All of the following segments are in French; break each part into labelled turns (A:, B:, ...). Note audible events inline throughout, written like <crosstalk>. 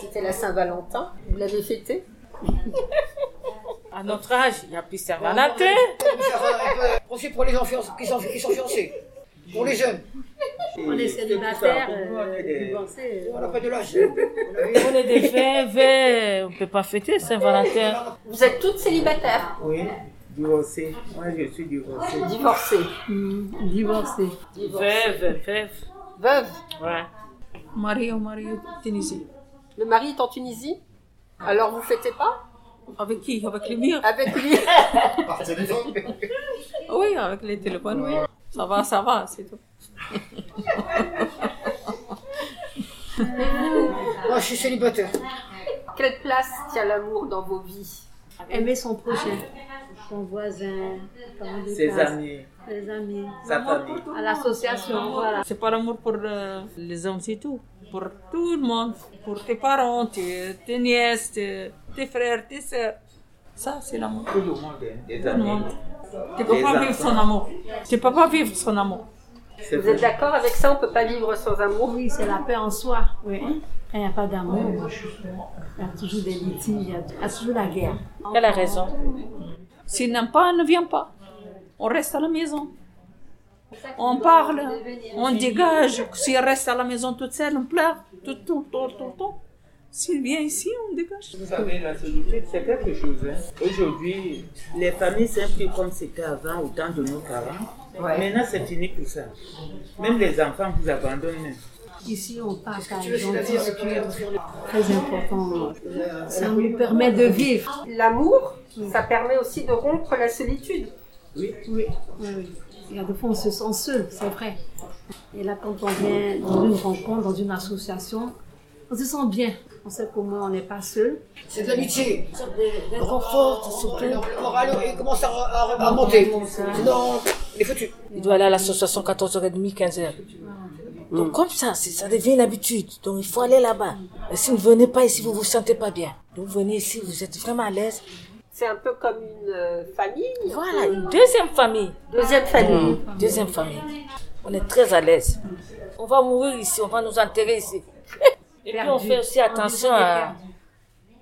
A: C'était la Saint-Valentin. Vous l'avez fêté
B: À notre âge, il n'y a plus Saint-Valentin.
C: Profite pour les enfants qui sont, qui sont fiancés. Pour les jeunes.
A: On est célibataire, euh, divorcé.
C: On n'a pas de l'âge.
B: On est des vins, verts. On ne peut pas fêter Saint-Valentin.
A: Vous êtes toutes célibataires
D: Oui, divorcé. Moi, je suis divorcé.
A: Divorcées.
E: Divorcé.
B: Veuve, veuve.
A: Veuve.
B: Ouais.
E: Marié au marié de Tunisie.
A: Le mari est en Tunisie Alors vous fêtez pas
E: Avec qui Avec les murs
A: Avec lui <laughs>
C: Par téléphone.
E: Ah Oui, avec les téléphones, oui. Ça va, ça va, c'est tout.
C: Moi, je suis célibataire.
A: Quelle place tient l'amour dans vos vies
F: Aimer son prochain, son voisin, comment dire,
D: Ses amis,
F: ses amis,
D: sa famille.
F: à l'association, voilà.
E: C'est pas l'amour pour euh, les hommes, c'est tout. Pour tout le monde. Pour tes parents, tes, tes nièces, tes, tes frères, tes sœurs. Ça, c'est l'amour.
D: Tout le monde, hein, des
E: Tout le
D: amis.
E: monde. Tu peux
D: Les
E: pas vivre
D: enfants.
E: son amour. Tu peux pas vivre son amour.
D: C'est
A: Vous êtes
D: vrai.
A: d'accord avec ça On peut pas vivre sans amour
F: Oui, c'est la paix en soi. Oui. Quand il n'y a pas d'amour, il y a toujours des litiges, il y a- il y a toujours la guerre.
B: Elle a raison.
E: S'il n'aime pas, ne vient pas. On reste à la maison. On parle, on dégage. S'il reste à la maison toute seule, on pleure tout le temps, tout le temps, tout le temps. S'il vient ici, on dégage.
D: Vous savez, la solitude, c'est quelque chose. hein. Aujourd'hui, les familles, c'est un peu comme c'était avant, au temps de nos parents. Maintenant, c'est fini pour ça. Même les enfants vous abandonnent.
F: Ici, on parle à
C: Tu veux
F: des gens
C: que je te
F: qui
C: dise
F: sont
C: que-
F: très importants. Ça nous permet de vivre.
A: L'amour, ça permet aussi de rompre la solitude.
F: Oui, oui, oui. Il y a des fois, on se sent seul, c'est vrai. Et là, quand on vient dans une rencontre, dans une association, on se sent bien. On sait comment on n'est pas seul.
C: C'est de l'amitié. Le Renfort, surtout. Le moral, il commence à, à- à monter. Sinon, il est foutu.
B: Il doit aller à l'association 14h30, 15h. Donc comme ça, c'est- ça devient une habitude. Donc il faut aller là-bas. Et si vous ne venez pas ici, vous vous sentez pas bien. Donc vous venez ici, vous êtes vraiment à l'aise.
A: C'est un peu comme une euh, famille. un
B: Voilà,
A: peu.
B: une deuxième famille.
A: Deuxième famille.
B: Deuxième famille. On est très à l'aise. On va mourir ici, on va nous enterrer ici. Et puis on fait aussi attention à,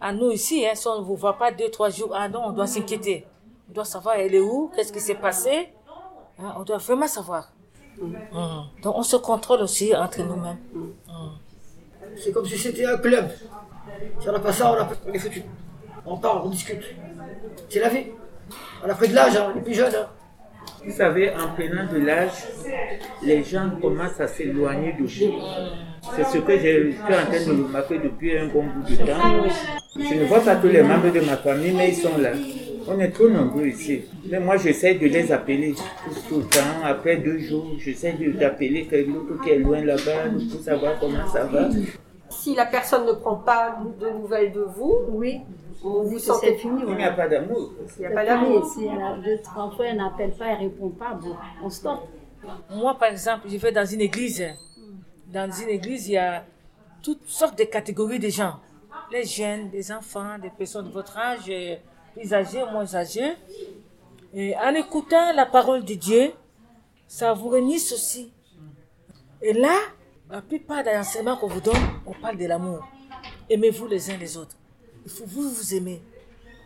B: à nous ici. Hein, si on ne vous voit pas deux, trois jours, ah non, on doit s'inquiéter. On doit savoir elle est où, qu'est-ce qui s'est passé. Hein, on doit vraiment savoir. Hum. Donc on se contrôle aussi entre nous-mêmes.
C: C'est comme si c'était un club. Si on n'a pas ça, on, a- on est foutu. On parle, on discute. C'est la vie. On a pris de l'âge, hein, on est plus jeune. hein.
D: Vous savez, en prenant de l'âge, les gens commencent à s'éloigner de vous. C'est ce que je suis en train de remarquer depuis un bon bout de temps. Je ne vois pas tous les membres de ma famille, mais ils sont là. On est trop nombreux ici. Mais moi, j'essaie de les appeler tout, tout le temps. Après deux jours, j'essaie de- d'appeler l'autre qui est loin là-bas pour savoir comment ça va.
A: Si la personne ne prend pas de nouvelles de vous,
F: Oui,
A: vous vous
F: ça, c'est
A: sentez
F: fini.
D: Il n'y
F: voilà.
D: a pas d'amour.
A: Il n'y a pas
F: Madame,
A: d'amour.
F: si elle a deux, trois fois, elle n'appelle pas, elle répond pas, bon, on stoppe.
B: Moi, par exemple, je vais dans une église. hein. Dans une église, il y a toutes sortes de catégories de gens. Les jeunes, les enfants, des personnes de votre âge, euh, plus âgées, moins âgées. Et en écoutant la parole de Dieu, ça vous réunit aussi. Et là, la plupart des enseignements qu'on vous donne, on parle de l'amour. Aimez-vous les uns les autres. Il faut vous vous aimer.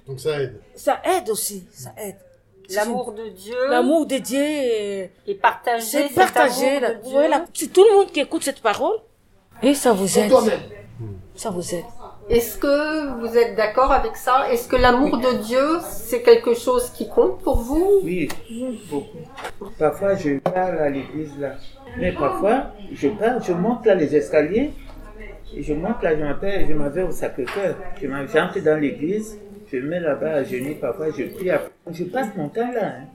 G: Donc ça aide.
B: Ça aide aussi, ça aide.
A: l'amour de Dieu
B: L'amour de Dieu. euh,
A: est partagé.
B: c'est
A: cet
B: partagé.
A: amour
B: là.
A: de Dieu.
B: Voilà. C'est tout le monde qui écoute cette parole. Et ça vous aide.
C: Toi-même.
B: Ça vous aide.
A: Est-ce que vous êtes d'accord avec ça Est-ce que l'amour de Dieu, c'est quelque chose qui compte pour vous
D: Oui, beaucoup. Parfois, je parle à l'église là. Mais parfois, je parle, je monte là les escaliers. Et je monte là, je m'appelle, je m'en vais au Sacré-Cœur. Je m'en- J'entre dans l'église, je me mets là-bas à genoux. Parfois, je prie. à- Je passe mon temps là. hein.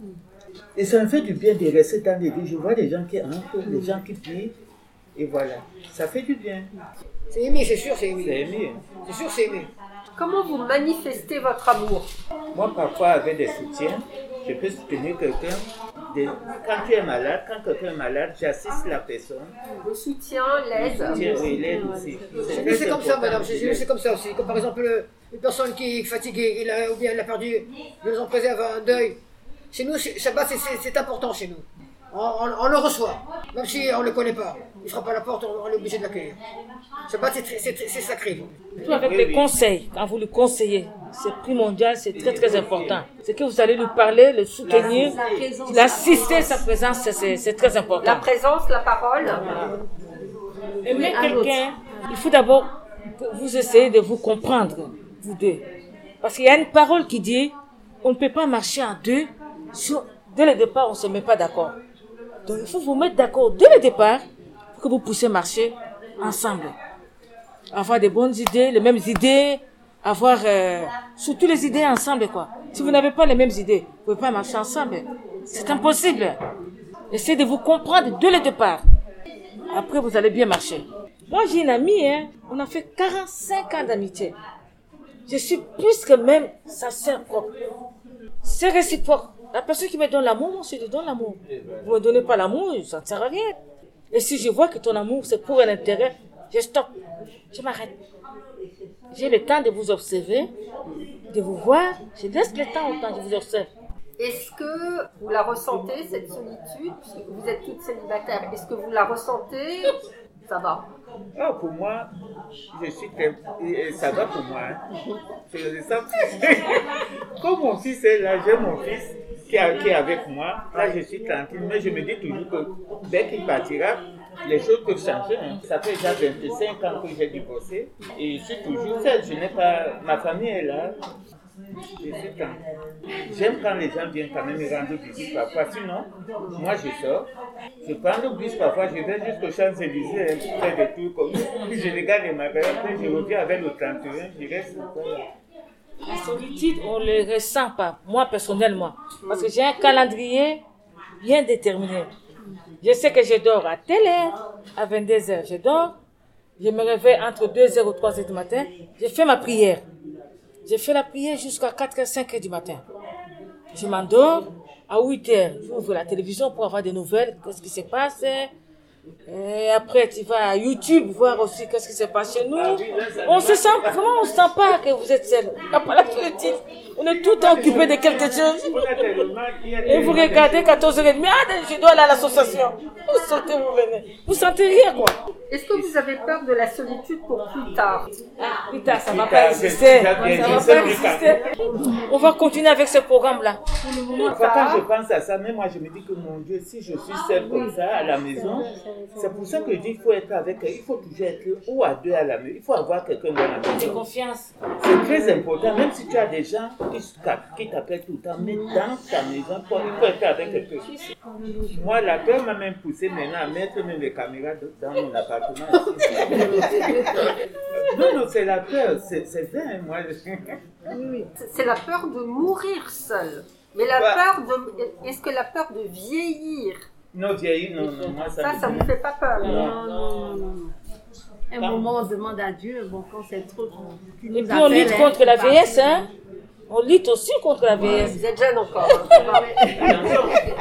D: Et ça me fait du bien de rester dans l'église. Je vois des gens qui entrent, des gens qui prient. Et voilà, ça fait du bien.
C: C'est aimé, c'est sûr, c'est
D: C'est
C: aimé.
D: aimé. hein.
C: C'est sûr, c'est aimé.
A: Comment vous manifestez votre amour
D: Moi, parfois, avec des soutiens, je peux soutenir quelqu'un. Des- Quand tu es malade, quand quelqu'un est malade, j'assiste la personne.
A: Le soutien, l'aide
D: Tiens, oui, l'aide aussi.
C: Mais c'est comme ça, madame. C'est- C'est c'est comme ça aussi. Comme par exemple, le- une personne qui est fatiguée, il a- ou bien elle a perdu, Dieu nous en préserve un deuil. Chez nous, c'est- Shabbat, c'est- c'est c'est important chez nous. on, on- on le reçoit. Même si on ne le connaît pas. Il frappe à la porte, on, on est obligé de l'accueillir. Shabbat, c'est très- c'est très- c'est sacré.
B: Tout avec les conseils, quand vous le conseillez, c'est primordial, c'est très très important. C'est que vous allez lui parler, le soutenir, l'assister, sa présence, c'est- c'est c'est très
A: La
B: important.
A: présence, la parole.
B: Aimer
A: à
B: quelqu'un, il faut d'abord que vous essayer de vous comprendre, vous deux. Parce qu'il y a une parole qui dit, on ne peut pas marcher à deux, si on- dès le départ, on ne se met pas d'accord. Donc il faut vous mettre d'accord dès le départ pour que vous puissiez marcher ensemble. Avoir des bonnes idées, les mêmes idées, avoir euh, surtout les idées ensemble. quoi. Si vous n'avez pas les mêmes idées, vous ne pouvez pas marcher ensemble. C'est impossible. Essayez de vous comprendre dès le départ. Après, vous allez bien marcher. Moi, j'ai une amie, hein, on a fait 45 ans d'amitié. Je suis plus que même sa sœur propre. C'est réciproque. La personne qui me donne l'amour, moi aussi, je donne l'amour. Vous ne me donnez pas l'amour, ça ne sert à rien. Et si je vois que ton amour, c'est pour un intérêt, je stoppe. Je m'arrête. J'ai le temps de vous observer, de vous voir. Je laisse le temps autant que je vous observe.
A: Est-ce que vous la ressentez, cette solitude puisque Vous êtes toutes célibataires. Est-ce que vous la ressentez Ça va.
D: Ah, pour moi, je suis très- et- et ça va pour moi. hein. Je le sens. <laughs> Comme mon fils est là, j'ai mon fils qui, est- qui est avec moi. Là, je suis tranquille, mais je me dis toujours que dès qu'il partira, les choses peuvent changer. hein. Ça fait déjà 25 ans que j'ai divorcé et je suis toujours seule. Je n'ai pas. Ma famille est là. Je suis tranquille. J'aime quand les gens viennent quand même me rendre visite parfois. Sinon, moi je sors, je prends le bus parfois, je vais jusqu'aux Champs-Élysées, hein, je fais des tours comme ça. Je regarde les magasins, après je reviens avec le 31, je reste. voilà.
B: La solitude, on ne le ressent pas, moi personnellement. Parce que j'ai un calendrier bien déterminé. Je sais que je dors à telle heure, à 22h, je dors. Je me réveille entre 2h ou 3h du matin. Je fais ma prière. Je fais la prière jusqu'à 4h, 5h du matin. Je m'endors. À 8h, j'ouvre la télévision pour avoir des nouvelles. Qu'est-ce qui se passe et après, tu vas à YouTube voir aussi qu'est-ce qui se passe chez nous. On se sent, vraiment, on ne sent pas que vous êtes seul. On n'a pas la solitude. On est tout le temps occupé de quelque chose.
D: On a tellement- il y a
B: Et vous
D: tellement-
B: regardez 14h30, ah, je dois aller à l'association. Vous sortez, vous venez. Vous sentez rien, quoi.
A: Est-ce que vous avez peur de la solitude pour plus tard
B: Putain, ça ne va
D: Plus tard,
B: pas
D: c'est
B: exister. Ça
D: déjà bien,
B: va
D: c'est
B: pas
D: plus tard.
B: exister. On va continuer avec ce programme-là.
D: Parfois, quand je pense à ça, même moi, je me dis que mon Dieu, si je suis seule comme ça à la maison, c'est pour ça que je dis qu'il faut être avec elle. Il faut toujours être ou à deux à la maison. Il faut avoir quelqu'un dans la
B: J'ai
D: maison.
B: confiance.
D: C'est très important, même si tu as des gens qui s- qui t'appellent tout le temps, mais dans ta maison, toi, il faut être avec quelqu'un. Moi, la peur m'a même poussé maintenant à mettre même les caméras de- dans mon appartement. non, non, c'est la peur, c'est c'est vrai, moi. je- <laughs>
A: C'est c'est la peur de mourir seule. Mais la
D: Bah.
A: peur de. Est-ce que la peur de vieillir
D: Non, vieillir, non, non, moi, ça
A: Ça,
D: me
A: ça vous fait pas peur
F: Non, non, non, non. Un
D: Pardon.
F: moment, on demande à Dieu, bon, quand c'est trop. qu'il nous
B: Et puis, on
F: appelle,
B: lutte
F: hein,
B: contre
F: il
B: la
F: parle.
B: vieillesse, hein. On lutte aussi contre la vieillesse.
A: Vous êtes jeune encore. hein, ça va.
D: Attention,